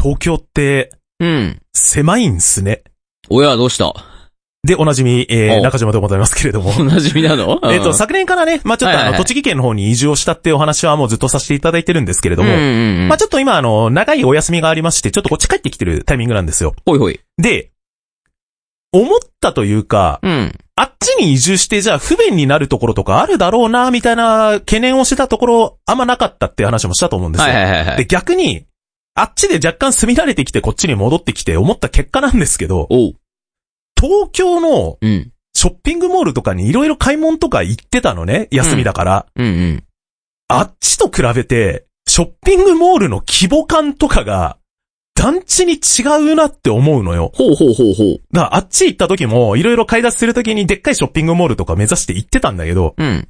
東京ってうん。狭いんすね。おや、どうしたで、おなじみ、えおー、中島でございますけれど も。おなじみなの えっと、昨年からね、まあちょっとはあいはの、いはい栃木県の方に移住をしたっていうお話はもうずっとさせていただいてるんですけれうどんうも、んうん。まあちょっと今あの、長いお休みがありまして、ちょっとこっち帰ってきてるタイミングなんですよ。ほいほい。で、思ったというか、うん。あっちに移住してじゃあ不便になるところとかあるだろうな、みたいな懸念をしてたところ、あんまなかったっていう話もしたと思うんですよ。はいはいはいはで、い。逆に、あっちで若干住み慣れてきてこっちに戻ってきて思った結果なんですけど、おう。東京のうん。ショッピングモールとかにいろいろ買い物とか行ってたのね、休みだから。うんうん。あっちと比べて、ショッピングモールの規模感とかが、団地に違うなって思うのよ。ほうほうほうほう。だからあっち行った時も、いろいろ買い出しする時にでっかいショッピングモールとか目指して行ってたんだけど、うん。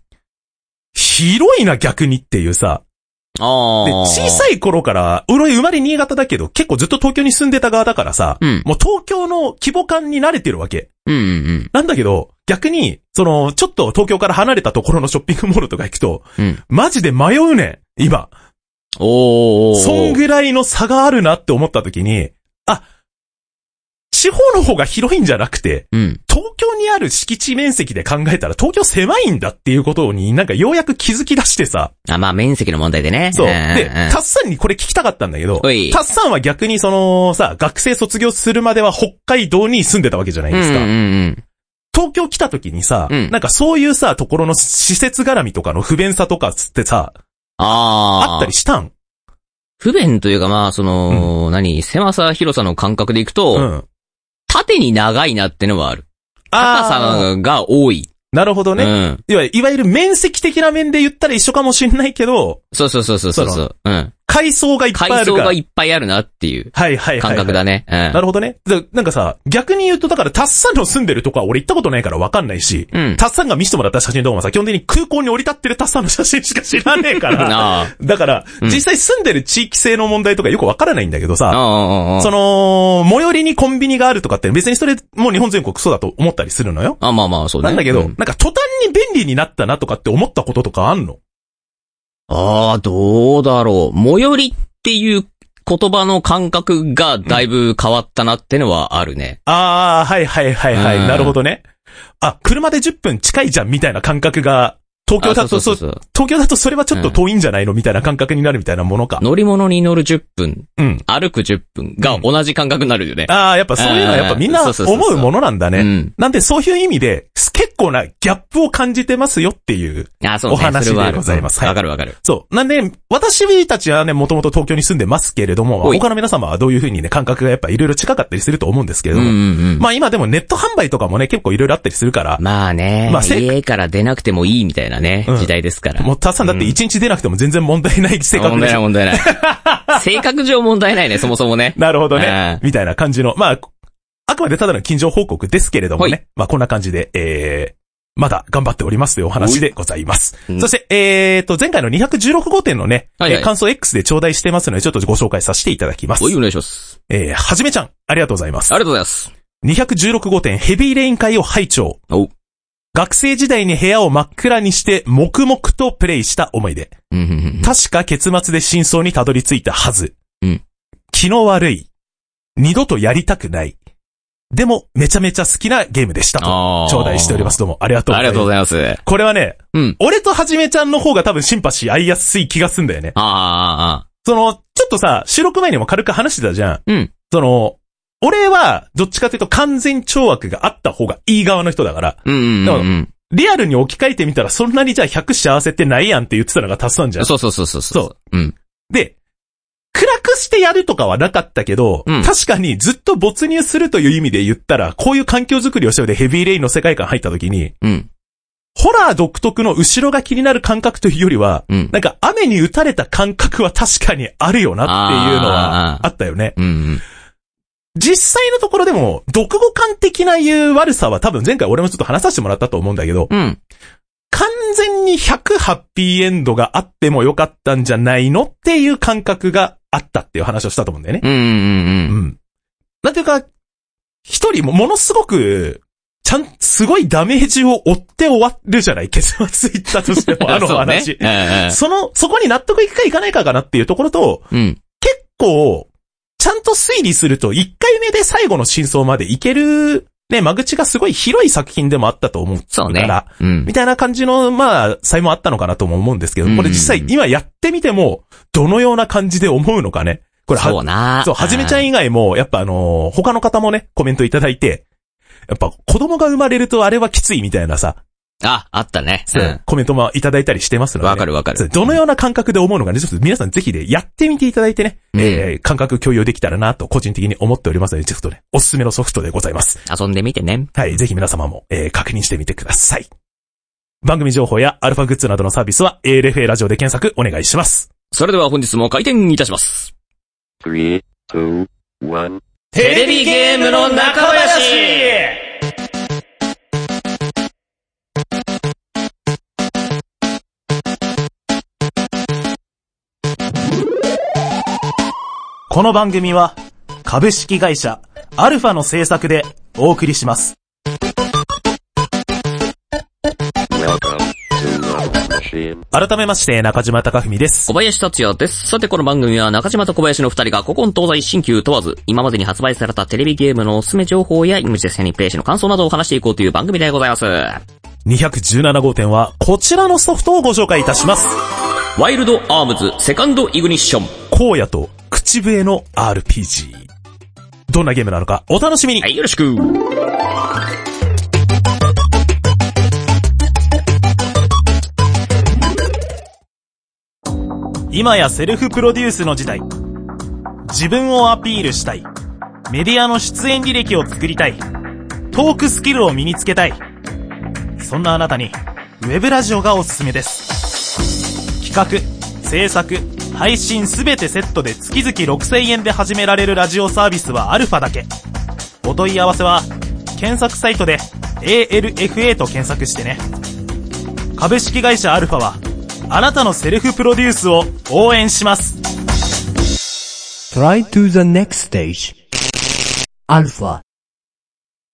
広いな逆にっていうさ。で、ああ。小さい頃から、俺生まれ新潟だけど、結構ずっと東京に住んでた側だからさ、うん。もう東京の規模感に慣れてるわけ。うんうんなんだけど、逆に、その、ちょっと東京から離れたところのショッピングモールとか行くと、うん。うん。マジで迷うねん、今。おー。そんぐらいの差があるなって思った時に、あ、地方の方が広いんじゃなくて、うん。東京にある敷地面積で考えたら東京狭いんだっていうことになんかようやく気づき出してさ、あ、まあ面積の問題でね。そう。んんんで、タッサンにこれ聞きたかったんだけど、タおいッサンは逆にそのさ、学生卒業するまでは北海道に住んでたわけじゃないですか。うんうん東京来た時にさ、うんなんかそういうさ、ところの施設絡みとかの不便さとかつってさ、ああ。あったりしたん不便というかまあ、その、何、狭さ、広さの感覚でいくと、うん。縦に長いなってのはある。高あー。さが多い。なるほどうね、ん。いわゆるいわゆる面積的な面で言ったら一緒かもしんないけど、そうそうそうそうそうそそう。うん。階層がいっぱいあ階る層から。がはいいっぱいあるなっていうはいはい、はい。感覚だね。うん。なるほどね。だなんかさ、逆に言うと、だから、タッサンの住んでるとこは俺行ったことないからわかんないし、うん。タッサンが見せてもらった写真とかもさ、基本的に空港に降り立ってるタッサンの写真しか知らねえから、 あーだから、うん実際住んでる地域性の問題とかよくわからないんだけどあー。さ、あーあー。その、最寄りにコンビニがあるとかって別にそれもう日本全国そうだと思ったりするのよ。あ、まあまあ、そうね。なんだけど、うなんか途端に便利になったなとかって思ったこととかあんのああ、どうだろう。最寄りっていう言葉の感覚がだいぶ変わったなってのはあるね。ああ、はいはいはいはい。うんなるほどね。あ、車で10分近いじゃんみたいな感覚が、東京だあそとうそそうう、そうそう。東京だとそれはちょっと遠いんじゃないのみたいな感覚になるみたいなものか。乗り物に乗る10分、うん。歩く10分が同じ感覚になるよね。ああ、やっぱそういうのはやっぱみんなうんそうそうそう思そううものなんだうね。ん。なんでそういう意味で、す結構なギャップを感じてますよっていう。あ、そうね。お話それはあでるございますうはんいわかるわかる。そう。なんで、私たちはね、もともと東京に住んでますけれども、おい他の皆様はどういうふうにね、感覚がやっぱいろいろ近かったりすると思うんですけれうんども。うんうん。まあ今でもネット販売とかもね、結構いろいろあったりするから、まあね、まあせ家から出なくてもいいみたいなね、うん時代ですから。もうたっさんだって一日出なくても全然問題ない性格問で題しないょ。問題ない。性格上問題ないね、そもそもね。なるほどね。うみたいな感じの、まあ、あくまでただの近所報告ですけれどもはね。まあこんな感じで、えー、まだ頑張っておりますというお話でございますう。んそして、えーと、前回の216号店のね、はいはいえー感想 X で頂戴してますので、ちょっとご紹介させていただきますお。い、お願いします。えー、はじめちゃん、ありがとうございますあ。りがとうございます。 216号店ヘビーレイン会を拝聴。おう。学生時代に部屋を真っ暗にして、黙々とプレイした思い出。うんうんうん確か結末で真相にたどり着いたはず。うん気の悪い。二度とやりたくない。でも、めちゃめちゃ好きなゲームでしたと。あー頂戴しております。。どうも、ありがとうごあざりいまがす。とうございます。これはね、うん。俺とはじめちゃんの方が多分シンパシー合いやすい気がすんだよね。ああ、あその、ちょっとさ、収録前にも軽く話してたじゃん。ーあー、うん。その、俺は、どっちかというと完全懲悪があった方がいい側の人だから、うんうんうんリアルに置き換えてみたらそんなにじゃあ100幸せってないやんって言ってたのがたくさんじうゃんん。。そうそうそうそう。。そううん。で、暗くしてやるとかはなかったけど、うん確かにずっと没入するという意味で言ったら、こういう環境づくりをしてでヘビーレインの世界観入った時に、うん。ホラー独特の後ろが気になる感覚というよりは、うん。なんか雨に打たれた感覚は確かにあるよなっていうのあはーあったよね。うんうん。実際のところでも、独語感的ないう悪さは多分前回俺もちょっと話させてもらったと思うんだけど、うん。完全に100ハッピーエンドがあってもよかったんじゃないのっていう感覚があったっていう話をしたと思うんだよね。うんうんうん。ん。なんていうか、一人もものすごく、ちゃん、すごいダメージを負って終わるじゃない結末いったとしても、あの そうね話。その、そこに納得いくかいかないかかなっていうところと、うんうん。結構、ちゃんと推理すると、1回目で最後の真相までいける、ね、間口がすごい広い作品でもあったと思う。そうだねから、。うんみ。たいな感じの、まあ、才もあったのかなとも思うんですけど、これ実際うん今やってみても、どのような感じで思うのかね。これは、そうな。そう、はじめちゃん以外も、やっぱあのー他の方もね、コメントいただいて、やっぱ子供が生まれるとあれはきついみたいなさ、あ、あったね。そうコメントもいただいたりしてますうん。ので、わかるわかそうる。どのような感覚で思うのかね、ちょっと皆さんぜひね、やってみていただいてね、うんえー感覚共有できたらなと個人的に思っておりますので、ちょっとね、おすすめのソフトでございます。遊んでみてね。はい、ぜひ皆様も、えー確認してみてください。番組情報やアルファグッズなどのサービスは ALFA ラジオで検索お願いします。それでは本日も開店いたします。 Three, two, one. テレビゲームの中林この番組は株式会社アルファの制作でお送りします。 Welcome to Love Machine. 改めまして中島貴文です。小林達也です。さてこの番組は中島と小林の二人が古今東西新旧問わず、今までに発売されたテレビゲームのおすすめ情報やイムジェスにプレイしの感想などを話していこうという番組でございます。 217号店はこちらのソフトをご紹介いたします。ワイルドアームズセカンドイグニッション。荒野と口笛の RPG。どんなゲームなのかお楽しみに、はい、よろしく。今やセルフプロデュースの時代。自分をアピールしたい。メディアの出演履歴を作りたい。トークスキルを身につけたい。そんなあなたに、ウェブラジオがおすすめです。企画、制作、配信すべてセットで月々6000円で始められるラジオサービスはアルファだけ。お問い合わせは、検索サイトで ALFA と検索してね。株式会社アルファは、あなたのセルフプロデュースを応援します。 Try to the next stage. Alpha.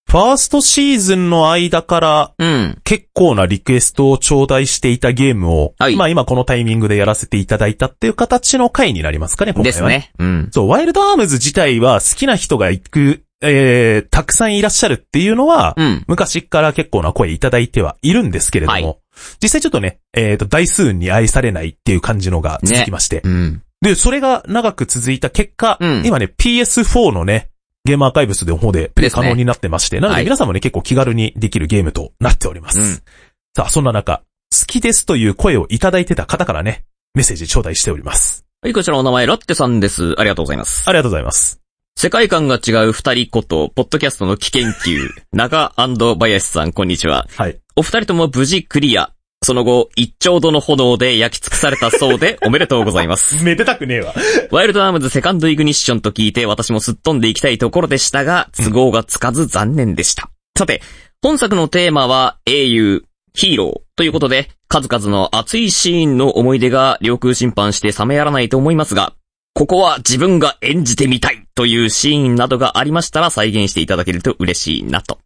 ファーストシーズンの間から、うん。結構なリクエストを頂戴していたゲームを、はいまあ今このタイミングでやらせていただいたっていう形の回になりますかね、今回では、す。ね。うん。そう、ワイルドアームズ自体は好きな人が行く、えー、たくさんいらっしゃるっていうのは、うん。昔から結構な声いただいてはいるんですけれども、はい実際ちょっとね、えっ、と、大数に愛されないっていう感じのが続きまして、うん。で、それが長く続いた結果、うん今ね、PS4 のね、ゲームアーカイブスの方でプレイです可ね能になってまして、なのはでい皆さんもね、結構気軽にできるゲームとなっております。うんさあ、そんな中、好きですという声をいただいてた方からね、メッセージ頂戴しております。はい、こちらお名前、ラッテさんです。ありがとうございます。ありがとうございます。世界観が違う二人こと、ポッドキャストの危険球、 中林さん、こんにちは。はい。お二人とも無事クリア。その後、一丁度の炎で焼き尽くされたそうで、おめでとうございます。めでたくねえわ。ワイルドアームズセカンドイグニッションと聞いて、私もすっ飛んでいきたいところでしたが、都合がつかず残念でした。さて、本作のテーマは、英雄、ヒーロー、ということで、数々の熱いシーンの思い出が、領空審判して冷めやらないと思いますが、ここは自分が演じてみたいというシーンなどがありましたら再現していただけると嬉しいなと。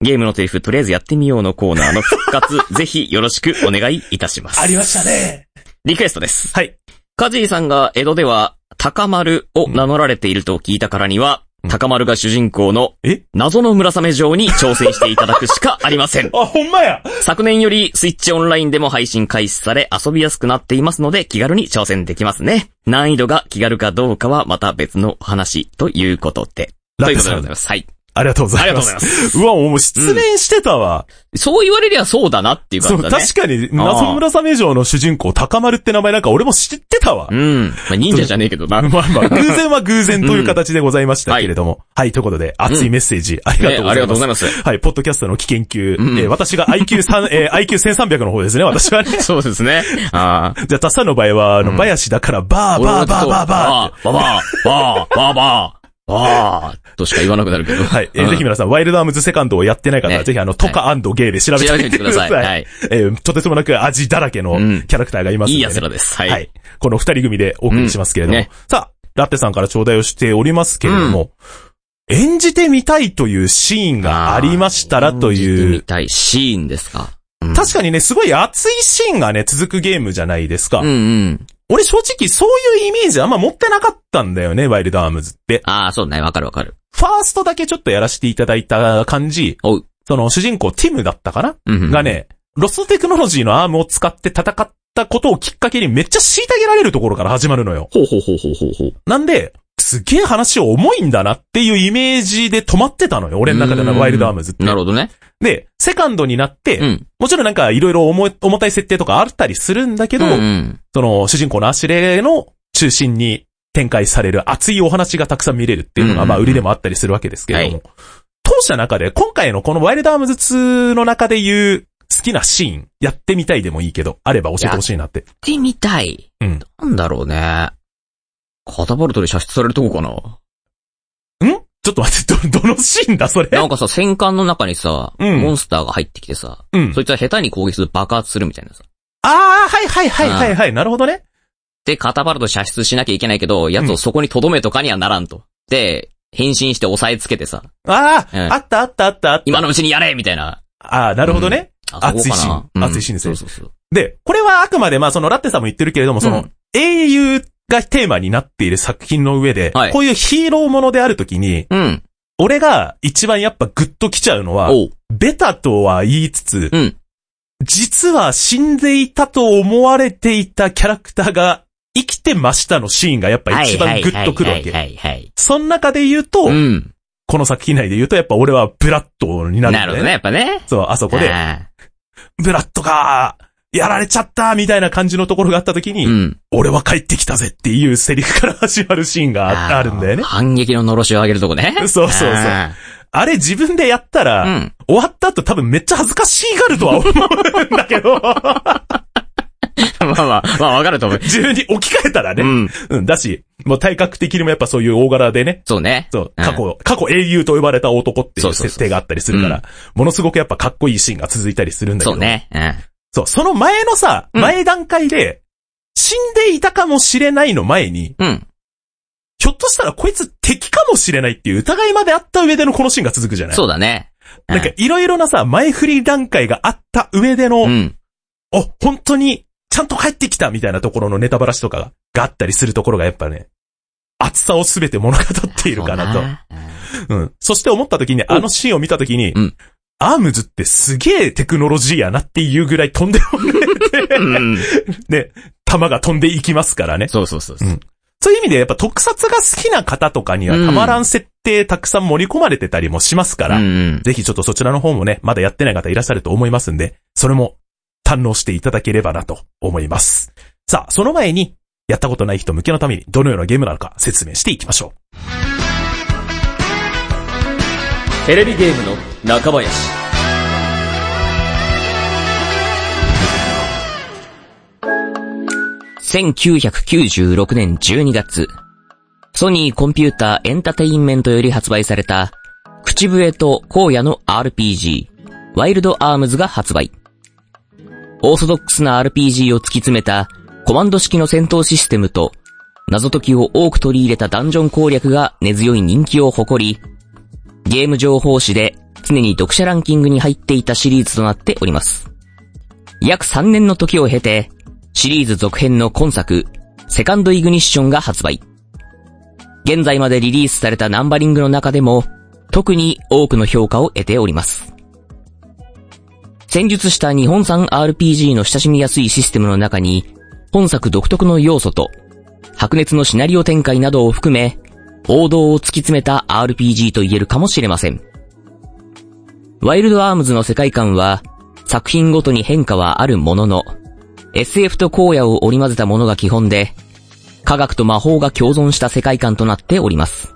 ゲームのセリフとりあえずやってみようのコーナーの復活、ぜひよろしくお願いいたします。したね。リクエストです。はい。カジーさんが江戸では、高丸を名乗られていると聞いたからには、うん高丸が主人公のえ、謎の村雨城に挑戦していただくしかありま 。せんあ、ほんまや昨年よりスイッチオンラインでも配信開始され、遊びやすくなっていますので、気軽に挑戦できますね。難易度が気軽かどうかはまた別のお話ということで。ラとッいテうことさでんございます。はい。ありがとうごあざりいがとまうございす。ます。うわ、もう失恋してたわ。そう言われりゃそうだなっていうそ感う、じだね。確かに、謎村雨城の主人公、高丸って名前なんか俺も知ってたわう。ん。まあ、忍者じゃねえけど な。まあま あ、偶然は偶然という形でございましたけれども。はい、ということで、熱いメッセージ、ありがとうねござありいがとうまございす。ます。はい、ポッドキャストの危険級。えんー私が IQ3、えー IQ1300 の方 ですね、私はね。そうですね。ああ。じゃあ、タッサンの場合は、あの、バヤシだから、バー、バー、バー、バー、バーって。ーバー、バー、バー、バー、バー、バー、としか言わなくなるけど。はい。えーぜひ皆さん、ワイルドアームズセカンドをやってない方は、ねぜひあの、トカゲイで調べて調べみてみてください。はい。えーとてつもなく味だらけのうんキャラクターがいますんいでいね。奴らです。は。はいい。この二人組でお送りしますけれども。うんねさあ、ラッテさんから頂戴をしておりますけれども、演じてみたいというシーンがありましたらと見ていみう。たいシーンですか。確かにね、すごい熱いシーンがね、続くゲームじゃないですか。うんうん。俺正直そういうイメージあんま持ってなかったんだよね、ワイルドアームズって。ああ、そうね。わかるわかる。ファーストだけちょっとやらせていただいた感じ、おう。その主人公ティムだったかなうんうん。がね、ロストテクノロジーのアームを使って戦ったことをきっかけにめっちゃ虐げられるところから始まるのよ。ほうほうほうほうほうほう。なんで、すげえ話重いんだなっていうイメージで止まってたのよ。俺の中でのワイルドアームズって。なるほどね。で、セカンドになって、うん。もちろんなんかいろいろ重い重たい設定とかあったりするんだけど、うんうん。その主人公のアシレの中心に展開される熱いお話がたくさん見れるっていうのうがんまあ売りでもあったりするわけですけれども、は当社の中で今回のこのワイルドアームズ2の中で言う好きなシーン、やってみたいでもいいけど、あれば教えてほしいなって。行ってみたい。うん。なんだろうね。カタパルトで射出されるとこかな。んちょっと待って、ど、どの シーンだそれなんかさ、戦艦の中にさ、うんモンスターが入ってきてさ、うんそ。いつは下手に攻撃すると爆発するみたいなさ。ああ、はいはいはいはいはい、なるほどね。で、カタパルト射出しなきゃいけないけど、奴をそこに留めとかにはならんと。で、変身して押さえつけてさ、ああ、うんあったあったあったあった。今のうちにやれみたいな。ああ、なるほどね。あ熱そこかないシーンうん熱いシーンですそねうそうそう。で、これはあくまでまあそのラッテさんも言ってるけれども、そうの英雄がテーマになっている作品の上で、はいこういうヒーローものであるときに、うん。俺が一番やっぱグッと来ちゃうのは、おう。ベタとは言いつつ、うん実は死んでいたと思われていたキャラクターが生きてましたのシーンがやっぱ一番グッとくるわはけ。いはいはいはいその中で言うと、はい。うん。この作品内で言うとやっぱ俺はブラッドになるんだなよるほどね、。やっぱね。そう、あそこで、あブラッドが、やられちゃったみたいな感じのところがあった時に、ーうん。俺は帰ってきたぜっていうセリフから始まるシーンがああるんだよね。反撃の呪しを上げるとこね。 そうそうそうああれ自分でやったーうら、ん。 終わった後多分めっちゃ恥ずかしがるとは思うんだけ ど、まあまあ、まあわかると思う。自分に置き換えたらうね。ん。うん、だし、もう体格的にもやっぱそういう大柄でね、そうね。そう、うん過去、過去英雄と呼ばれた男っていそううそうそう設定があったりするから、ものすごくやっぱかっこいいシーンが続いたりするんだけそど、うね。うん。そう、その前のさ、うん前段階で、死んでいたかもしれないの前に、うん。ひょっとしたらこいつ敵かもしれないっていう疑いまであった上でのこのシーンが続くじゃないそうだね。うんなんかいろいろなさ、前振り段階があった上での、うん。お、本当に、ちゃんと帰ってきたみたいなところのネタばらしとかががあったりするところがやっぱね、厚さをすべて物語っているかなと。うん。そして思った時に、あのシーンを見た時に、うんアームズってすげえテクノロジーやなっていうぐらい飛んでもそうな。うん。ね、弾が飛んでいきますからね。そうそうそうそうう。んそういう意味でやっぱ特撮が好きな方とかにはたまらん設定たくさん盛り込まれてたりもしますから、うんうん。ぜひちょっとそちらの方もね、まだやってない方いらっしゃると思いますんで、それも堪能していただければなと思います。さあ、その前に、やったことない人向けのためにどのようなゲームなのか説明していきましょテレビゲームの中林。1996年12月、ソニーコンピュータエンタテインメントより発売された、口笛と荒野の RPG、ワイルドアームズが発売。オーソドックスな RPG を突き詰めたコマンド式の戦闘システムと、謎解きを多く取り入れたダンジョン攻略が根強い人気を誇り、ゲーム情報誌で常に読者ランキングに入っていたシリーズとなっております。約3年の時を経て、シリーズ続編の今作、セカンドイグニッションが発売。現在までリリースされたナンバリングの中でも、特に多くの評価を得ております。戦術した日本産 RPG の親しみやすいシステムの中に、本作独特の要素と、白熱のシナリオ展開などを含め、王道を突き詰めた RPG と言えるかもしれません。ワイルドアームズの世界観は、作品ごとに変化はあるものの、SF と荒野を織り交ぜたものが基本で、科学と魔法が共存した世界観となっております。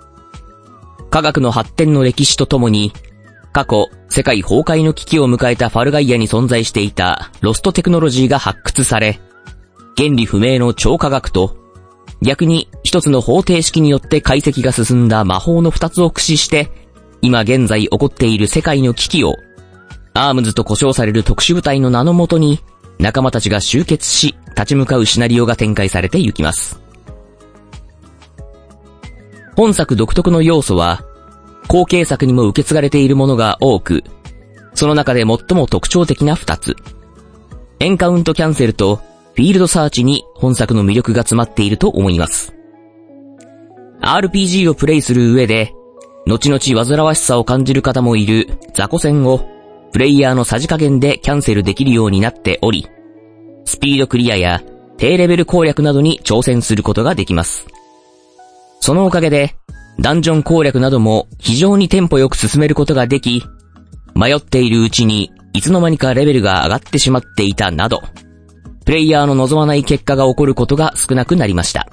科学の発展の歴史とともに、過去、世界崩壊の危機を迎えたファルガイアに存在していたロストテクノロジーが発掘され、原理不明の超科学と逆に一つの方程式によって解析が進んだ魔法の二つを駆使して、今現在起こっている世界の危機を、アームズと呼称される特殊部隊の名のもとに、仲間たちが集結し、立ち向かうシナリオが展開されていきます。本作独特の要素は、後継作にも受け継がれているものが多く、その中で最も特徴的な二つ。エンカウントキャンセルとフィールドサーチに本作の魅力が詰まっていると思います。RPG をプレイする上で、後々煩わしさを感じる方もいる雑魚戦を、プレイヤーのさじ加減でキャンセルできるようになっており、スピードクリアや低レベル攻略などに挑戦することができます。そのおかげで、ダンジョン攻略なども非常にテンポよく進めることができ、迷っているうちにいつの間にかレベルが上がってしまっていたなど、プレイヤーの望まない結果が起こることが少なくなりました。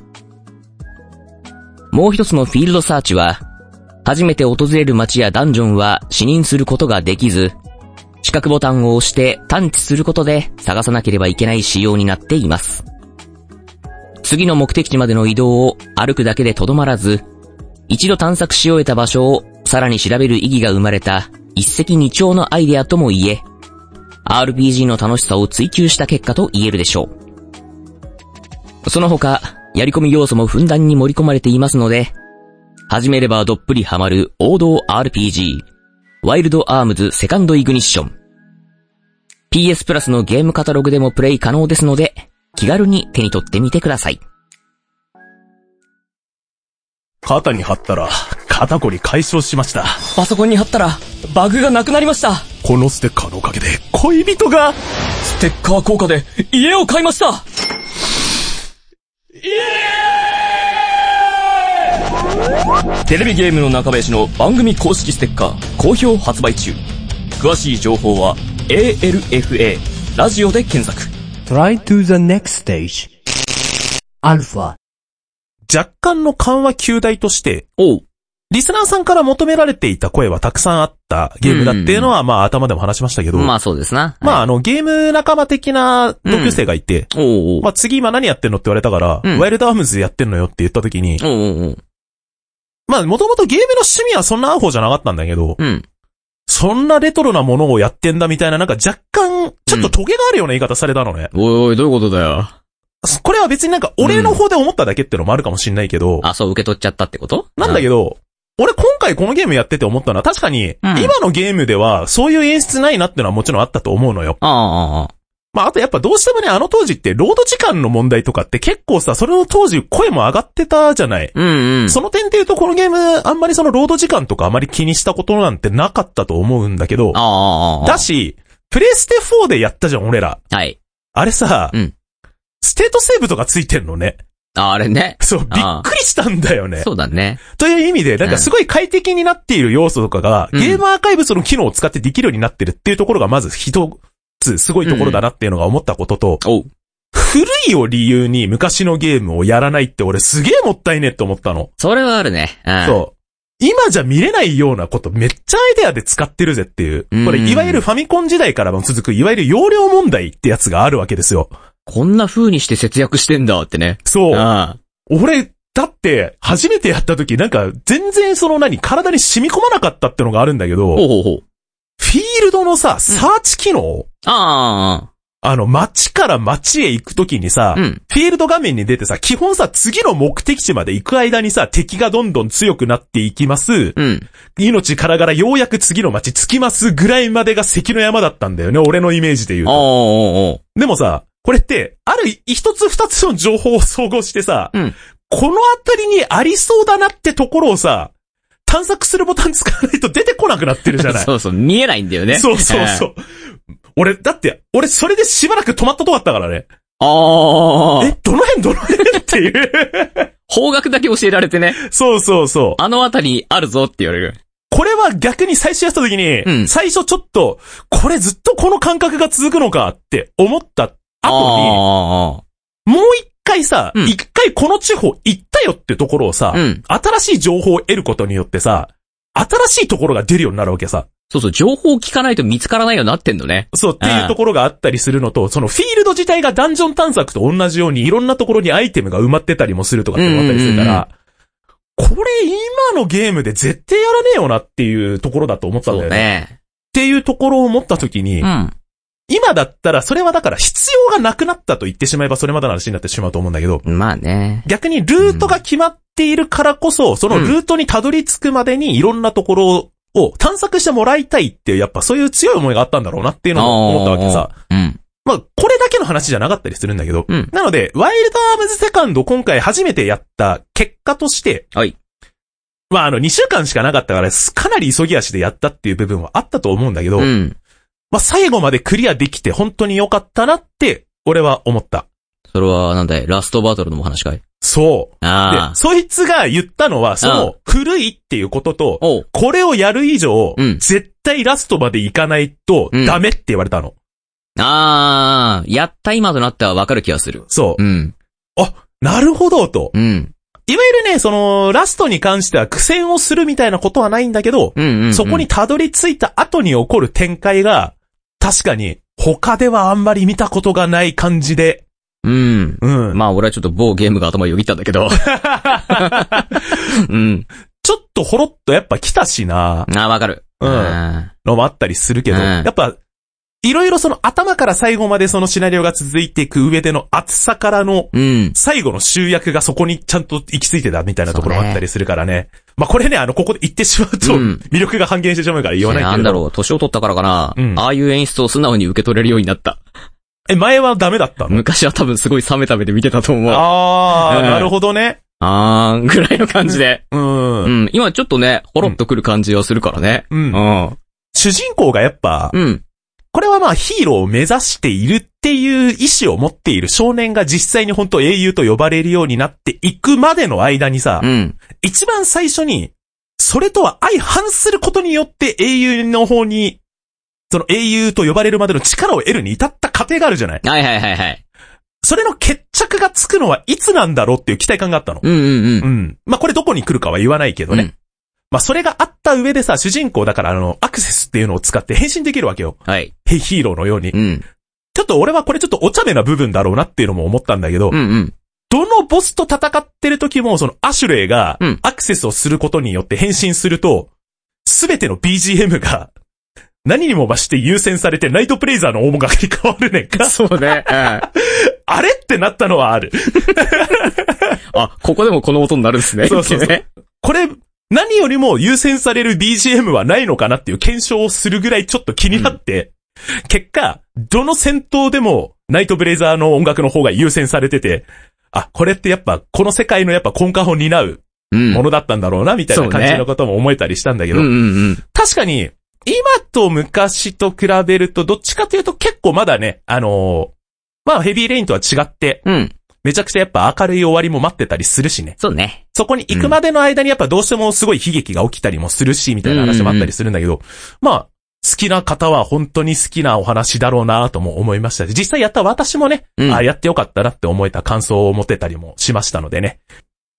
もう一つのフィールドサーチは、初めて訪れる街やダンジョンは視認することができず、四角ボタンを押して探知することで探さなければいけない仕様になっています。次の目的地までの移動を歩くだけでとどまらず、一度探索し終えた場所をさらに調べる意義が生まれた一石二鳥のアイデアとも言え、RPG の楽しさを追求した結果と言えるでしょう。その他、やり込み要素もふんだんに盛り込まれていますので、始めればどっぷりハマる王道 RPG、ワイルドアームズセカンドイグニッション。PS プラスのゲームカタログでもプレイ可能ですので、気軽に手に取ってみてください。肩に貼ったら、肩こり解消しました。パソコンに貼ったら、バグがなくなりました。このステッカーのおかげで、恋人が、ステッカー効果で、家を買いましたテレビゲームの中林の番組公式ステッカー、好評発売中。詳しい情報は、ALFA、ラジオで検索。 Try to the next stage. Alpha. 若干の緩和球大として、おう。リスナーさんから求められていた声はたくさんあったゲームだっていうのは、まあ頭でも話しましたけど、ままあそうですな。ああの、ゲーム仲間的な同級生がいて、おうおう。まあ次今何やってんのって言われたから、うんワイルドアームズやってんのよって言った時に、おうおうおう。まあもともとゲームの趣味はそんなアホじゃなかったんだけど、うん。そんなレトロなものをやってんだみたいななんか若干、ちょっとトゲがあるような言い方されたのね。おいおい、どういうことだよ。これは別になんか俺の方で思っただけってのもあるかもしんないけど、あ、そう受け取っちゃったってことなんだけど、ど。俺今回このゲームやってて思ったのは確かに、うん今のゲームではそういう演出ないなってのはもちろんあったと思うのよ。ああああ、あまああとやっぱどうしてもね、あの当時ってロード時間の問題とかって結構さ、それの当時声も上がってたじゃない。あ。うんうん。その点で言うとこのゲーム、あんまりそのロード時間とかあまり気にしたことなんてなかったと思うんだけどあ、あああ、あだし、プレイステ4でやったじゃん、俺ら。あ。はい。あれさ、うんステートセーブとかついてんのね。あ、あれね。そう、びっああくりしたんだよね。そうだね。という意味で、なんかすごい快適になっている要素とかが、うんゲームアーカイブその機能を使ってできるようになってるっていうところがまず一つすごいところだなっていうのが思ったことと、おう。古いを理由に昔のゲームをやらないって俺すげえもったいねえって思ったの。それはあるね。うん。そう。今じゃ見れないようなことめっちゃアイデアで使ってるぜっていううん。これいわゆるファミコン時代からも続くいわゆる容量問題ってやつがあるわけですよ。こんな風にして節約してんだってね。そう。あ俺、だって初めてやった時なんか全然その何体に染み込まなかったってのがあるんだけど、ほうほうほう。フィールドのさ、サーチ機能、ああの、街から街へ行くときにさ、あ。うん。フィールド画面に出てさ、基本さ、次の目的地まで行く間にさ、敵がどんどん強くなっていきます。うん。命からがらようやく次の街着きますぐらいまでが関の山だったんだよね、俺のイメージで言うおうと。おうおう。でもさ、これって、ある一つ二つの情報を総合してさ、うんこの辺りにありそうだなってところをさ、探索するボタン使わないと出てこなくなってるじゃないそうそう、見えないんだよね。そうそうそん。う。俺、だって、俺それでしばらく止まったとこあったからね。ああえ。、どの辺どの辺っていう。 方角だけ教えられてね。そうそうそう。あのあたりにあるぞって言われる。これは逆に最初やった時に、うん最初ちょっと、これずっとこの感覚が続くのかって思った後あに、もう一回さ、うん一、回この地方行ったよってところをさあ。、うん。新しい情報を得ることによってさ、新しいところが出るようになるわけさ。そうそう、情報を聞かないと見つからないようになってんのね。そうっていうところがあったりするのと、そのフィールド自体がダンジョン探索と同じようにいろんなところにアイテムが埋まってたりもするとかって思ったりするから、これ今のゲームで絶対やらねえよなっていうところだと思ったんだそようね。ね。っていうところを思った時に、うん。今だったらそれはだから必要がなくなったと言ってしまえばそれまでの話になってしまうと思うんだけど、まあね。逆にルートが決まっているからこそ、そのルートにたどり着くまでにいろんなところを探索してもらいたいっていう、やっぱそういう強い思いがあったんだろうなっていうのを思ったわけさ。うん。まあ、これだけの話じゃなかったりするんだけど、うんなので、ワイルドアームズセカンド今回初めてやった結果として、はい。まあ、あの、2週間しかなかったから、すかなり急ぎ足でやったっていう部分はあったと思うんだけど、うん。まあ、最後までクリアできて本当に良かったなって、俺は思った。それは、なんだい、ラストバトルのお話かいそう。であ、あ。そいつが言ったのは、その、古いっていうことと、おう。これをやる以上、うん絶対ラストまで行かないとうん、ダメって言われたの。ああ、やった今となってはわかる気がする。そうう。ん。なるほど、と。うん。いわゆるね、その、ラストに関しては苦戦をするみたいなことはないんだけど、うんうん、うん。そこに。たどり着いた後に起こる展開が、確かに、他ではあんまり見たことがない感じで、うん。うん。まあ、俺はちょっと某ゲームが頭よぎったんだ けど。うん。ちょっとほろっとやっぱ来たしな、ああ、わかる。うんあのもあったりするけど、うんやっぱ、いろいろその頭から最後までそのシナリオが続いていく上での厚さからのーうん。最後の集約がそこにちゃんと行き着いてたみたいなところもあったりするからね。まあこれね、あの、ここで言ってしまうと、うん魅力が半減してしまうから言わないなけんれだど。ろう、年を取ったからかな。うんああいう演出を素直に受け取れるようになった。え、前はダメだったの昔は多分すごい冷めた目で見てたと思う。ああー、うんなるほどね。あー、ぐらいの感じで。うん。うん。今ちょっとね、ほろっとくる感じはするからね。う。うんん。主人公がやっぱ、うん。これはまあヒーローを目指しているっていう意志を持っている少年が実際に本当英雄と呼ばれるようになっていくまでの間にさ、うん。一番最初に、それとは相反することによって英雄の方に、その英雄と呼ばれるまでの力を得るに至った過程があるじゃないはいはいはいはい。それの決着がつくのはいつなんだろうっていう期待感があったの。うんうんう。うんん。まあ、これどこに来るかは言わないけどね。うんまあ、それがあった上でさ、主人公だからあの、アクセスっていうのを使って変身できるわけよ。はい。ヘイヒーローのように。うん。ちょっと俺はこれちょっとお茶目な部分だろうなっていうのも思ったんだけど、うんうん。どのボスと戦ってる時も、そのアシュレイがうん、。アクセスをすることによって変身すると、すべての BGM が、何にも増して優先されてナイトプレイザーの大物が 変わるねんか そう ね。うんあれってなったのはある。あ、ここでもこの音になるんですね。そうそうそうねこれ、何よりも優先される BGM はないのかなっていう検証をするぐらいちょっと気になって、結果、どの戦闘でもナイトブレイザーの音楽の方が優先されてて、あ、これってやっぱこの世界のやっぱ根幹を担ううん。ものだったんだろうな、みたいな感じのことも思えたりしたんだけうんど、うん確かに、今と昔と比べると、どっちかというと結構まだね、あのーまあヘビーレインとは違って、うん。うん。めちゃくちゃやっぱ明るい終わりも待ってたりするしね。そうね。そこに行くまでの間にやっぱどうしてもすごい悲劇が起きたりもするし、みたいな話もあったりするんだけど、まあ、好きな方は本当に好きなお話だろうなとも思いましたし、実際やった私もね、うんあやってよかったなって思えた感想を持てたりもしましたのでね。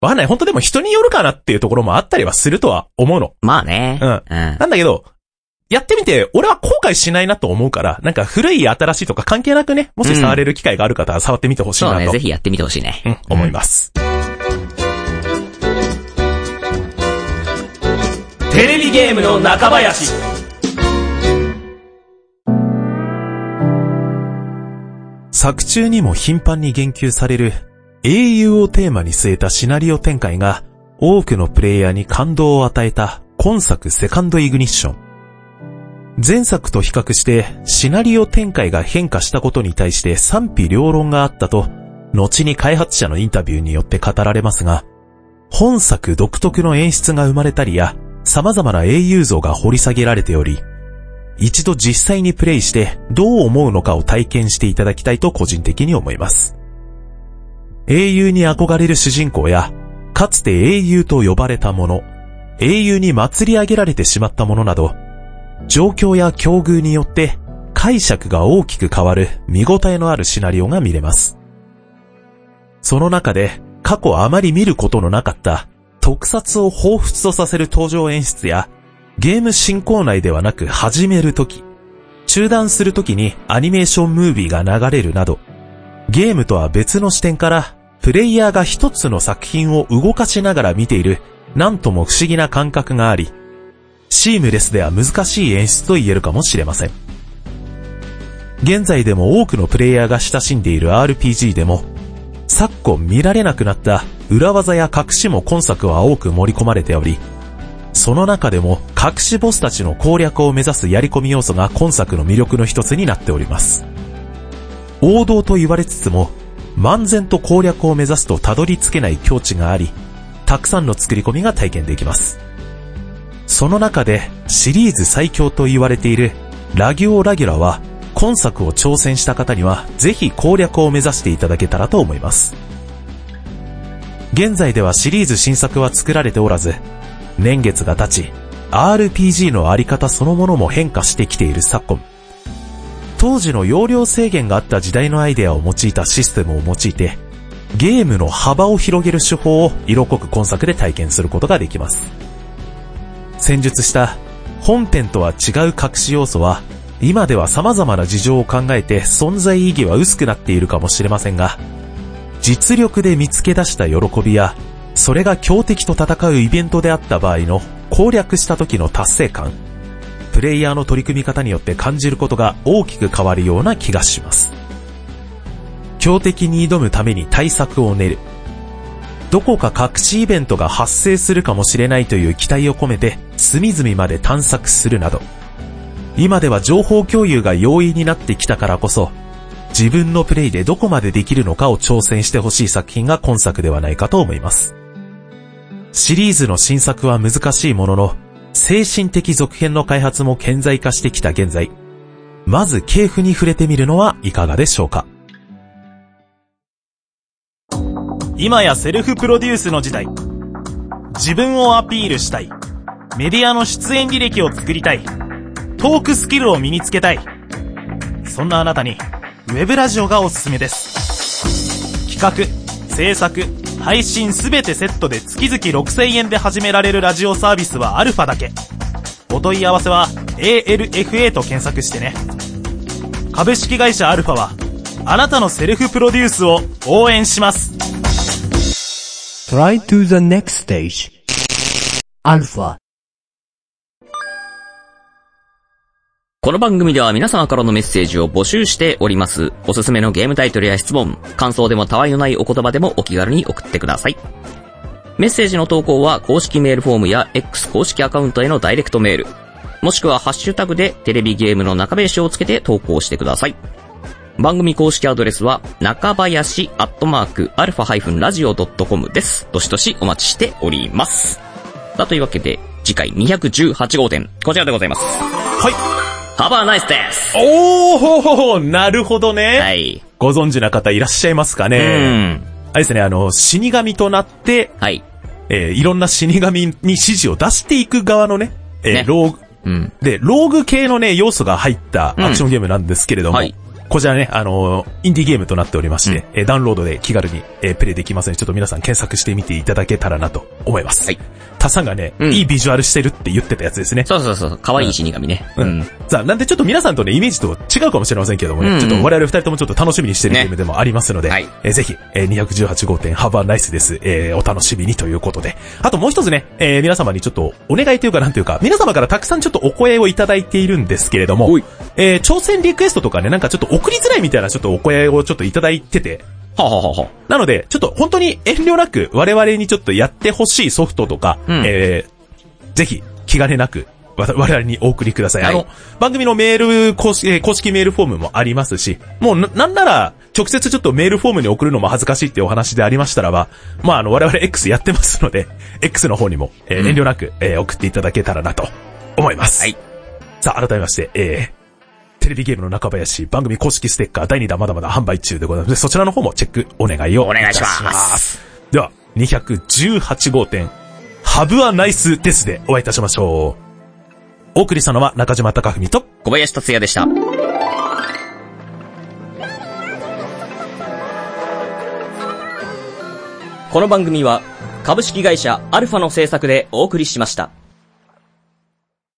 わかんない。本当でも人によるかなっていうところもあったりはするとは思うの。まあね。うんうん。なんだけど、やってみて、俺は後悔しないなと思うから、なんか古い新しいとか関係なくね、もし触れる機会がある方は触ってみてほしいそうなね。とぜ、ひやってみてほしいね。うん思います。テレビゲームの中林。作中にも頻繁に言及される英雄をテーマに据えたシナリオ展開が多くのプレイヤーに感動を与えた今作セカンドイグニッション。前作と比較してシナリオ展開が変化したことに対して賛否両論があったと、後に開発者のインタビューによって語られますが、本作独特の演出が生まれたりや、様々な英雄像が掘り下げられており、一度実際にプレイしてどう思うのかを体験していただきたいと個人的に思います。英雄に憧れる主人公や、かつて英雄と呼ばれたもの、英雄に祭り上げられてしまったものなど、状況や境遇によって解釈が大きく変わる見応えのあるシナリオが見れます。その中で過去あまり見ることのなかった特撮を彷彿とさせる登場演出やゲーム進行内ではなく始めるとき、中断するときにアニメーションムービーが流れるなど、ゲームとは別の視点から、プレイヤーが一つの作品を動かしながら見ている、なんとも不思議な感覚があり、シームレスでは難しい演出と言えるかもしれません。現在でも多くのプレイヤーが親しんでいる RPG でも、昨今見られなくなった裏技や隠しも今作は多く盛り込まれており、その中でも隠しボスたちの攻略を目指すやり込み要素が今作の魅力の一つになっております。王道と言われつつも、漫然と攻略を目指すとたどり着けない境地があり、たくさんの作り込みが体験できます。その中でシリーズ最強と言われているラギオラギュラは、今作を挑戦した方にはぜひ攻略を目指していただけたらと思います。現在ではシリーズ新作は作られておらず、年月が経ち、RPG のあり方そのものも変化してきている昨今。当時の容量制限があった時代のアイデアを用いたシステムを用いて、ゲームの幅を広げる手法を色濃く今作で体験することができます。戦術した本編とは違う隠し要素は、今では様々な事情を考えて存在意義は薄くなっているかもしれませんが、実力で見つけ出した喜びや、それが強敵と戦うイベントであった場合の攻略した時の達成感、プレイヤーの取り組み方によって感じることが大きく変わるような気がします。強敵に挑むために対策を練る。どこか隠しイベントが発生するかもしれないという期待を込めて隅々まで探索するなど、今では情報共有が容易になってきたからこそ、自分のプレイでどこまでできるのかを挑戦してほしい作品が今作ではないかと思います。シリーズの新作は難しいものの、精神的続編の開発も顕在化してきた現在、まず系譜に触れてみるのはいかがでしょうか今やセルフプロデュースの時代。自分をアピールしたい。メディアの出演履歴を作りたい。トークスキルを身につけたい。そんなあなたに、ウェブラジオがおすすめです。企画、制作、配信すべてセットで月々6000円で始められるラジオサービスはアルファだけ。お問い合わせは ALFA と検索してね。株式会社アルファは、あなたのセルフプロデュースを応援します。 Try to the next stage. Alpha. この番組では皆様からのメッセージを募集しております。おすすめのゲームタイトルや質問、感想でもたわいのないお言葉でもお気軽に送ってください。メッセージの投稿は公式メールフォームや X 公式アカウントへのダイレクトメール、もしくはハッシュタグでテレビゲームの中林をつけて投稿してください。番組公式アドレスは、中林アットマークアルファ -radio.com です。どしどしお待ちしております。さあ、というわけで、次回218号店、こちらでございます。はい。 Have a nice day! おーなるほどね。はい。ご存知な方いらっしゃいますかうね。ん。あれですね、あの、死神となって、はい。えーいろんな死神に指示を出していく側のね、えーねローグ、うん。で、ローグ系のね、要素が入ったアクションゲームなんですけれども、うんはいこちらね、あのーインディーゲームとなっておりまして、えーダウンロードで気軽に、えープレイできますので、ちょっと皆さん検索してみていただけたらなと思います。はい。他さんがね、うんいいビジュアルしてるって言ってたやつですね。そうそうそう。可愛い死神ね。ううんん。。さあ、なんでちょっと皆さんとね、イメージと違うかもしれませんけどもね、うんうんちょっと我々二人ともちょっと楽しみにしてるねゲームでもありますので、はいえーぜひ、えー、218号店、ハバナイスです。えーお楽しみにということで。あともう一つね、えー皆様にちょっとお願いというかなんというか、皆様からたくさんちょっとお声をいただいているんですけれどもおい、えー挑戦リクエストとかね、なんかちょっと送りづらいみたいなちょっとお声をちょっといただいてて、はははは。なので、ちょっと本当に遠慮なく我々にちょっとやってほしいソフトとか、うんえー、ぜひ気兼ねなくわた我々にお送りください。あはのい、番組のメール公式、えー公式メールフォームもありますし、もうな、なんなら、直接ちょっとメールフォームに送るのも恥ずかしいっていうお話でありましたらば、まあ、あの、我々 X やってますので、X の方にも、えー遠慮なく、えー送っていただけたらなと思います。はい。さあ、改めまして、えー、テレビゲームの中林番組公式ステッカー第2弾まだまだ販売中でございますので。そちらの方もチェックお願いをお願いしたます。では、218号店、ハブはナイスですでお会いいたしましょう。お送りしたのは中島貴文と、小林達也でした。この番組は株式会社アルファの制作でお送りしました。